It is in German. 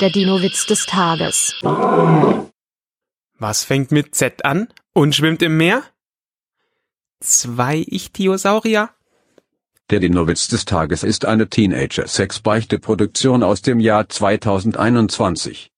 Der Dino-Witz des Tages. Was fängt mit Z an und schwimmt im Meer? Zwei Ichthyosaurier? Der Dinowitz des Tages ist eine Teenager-Sex-Beichte-Produktion aus dem Jahr 2021.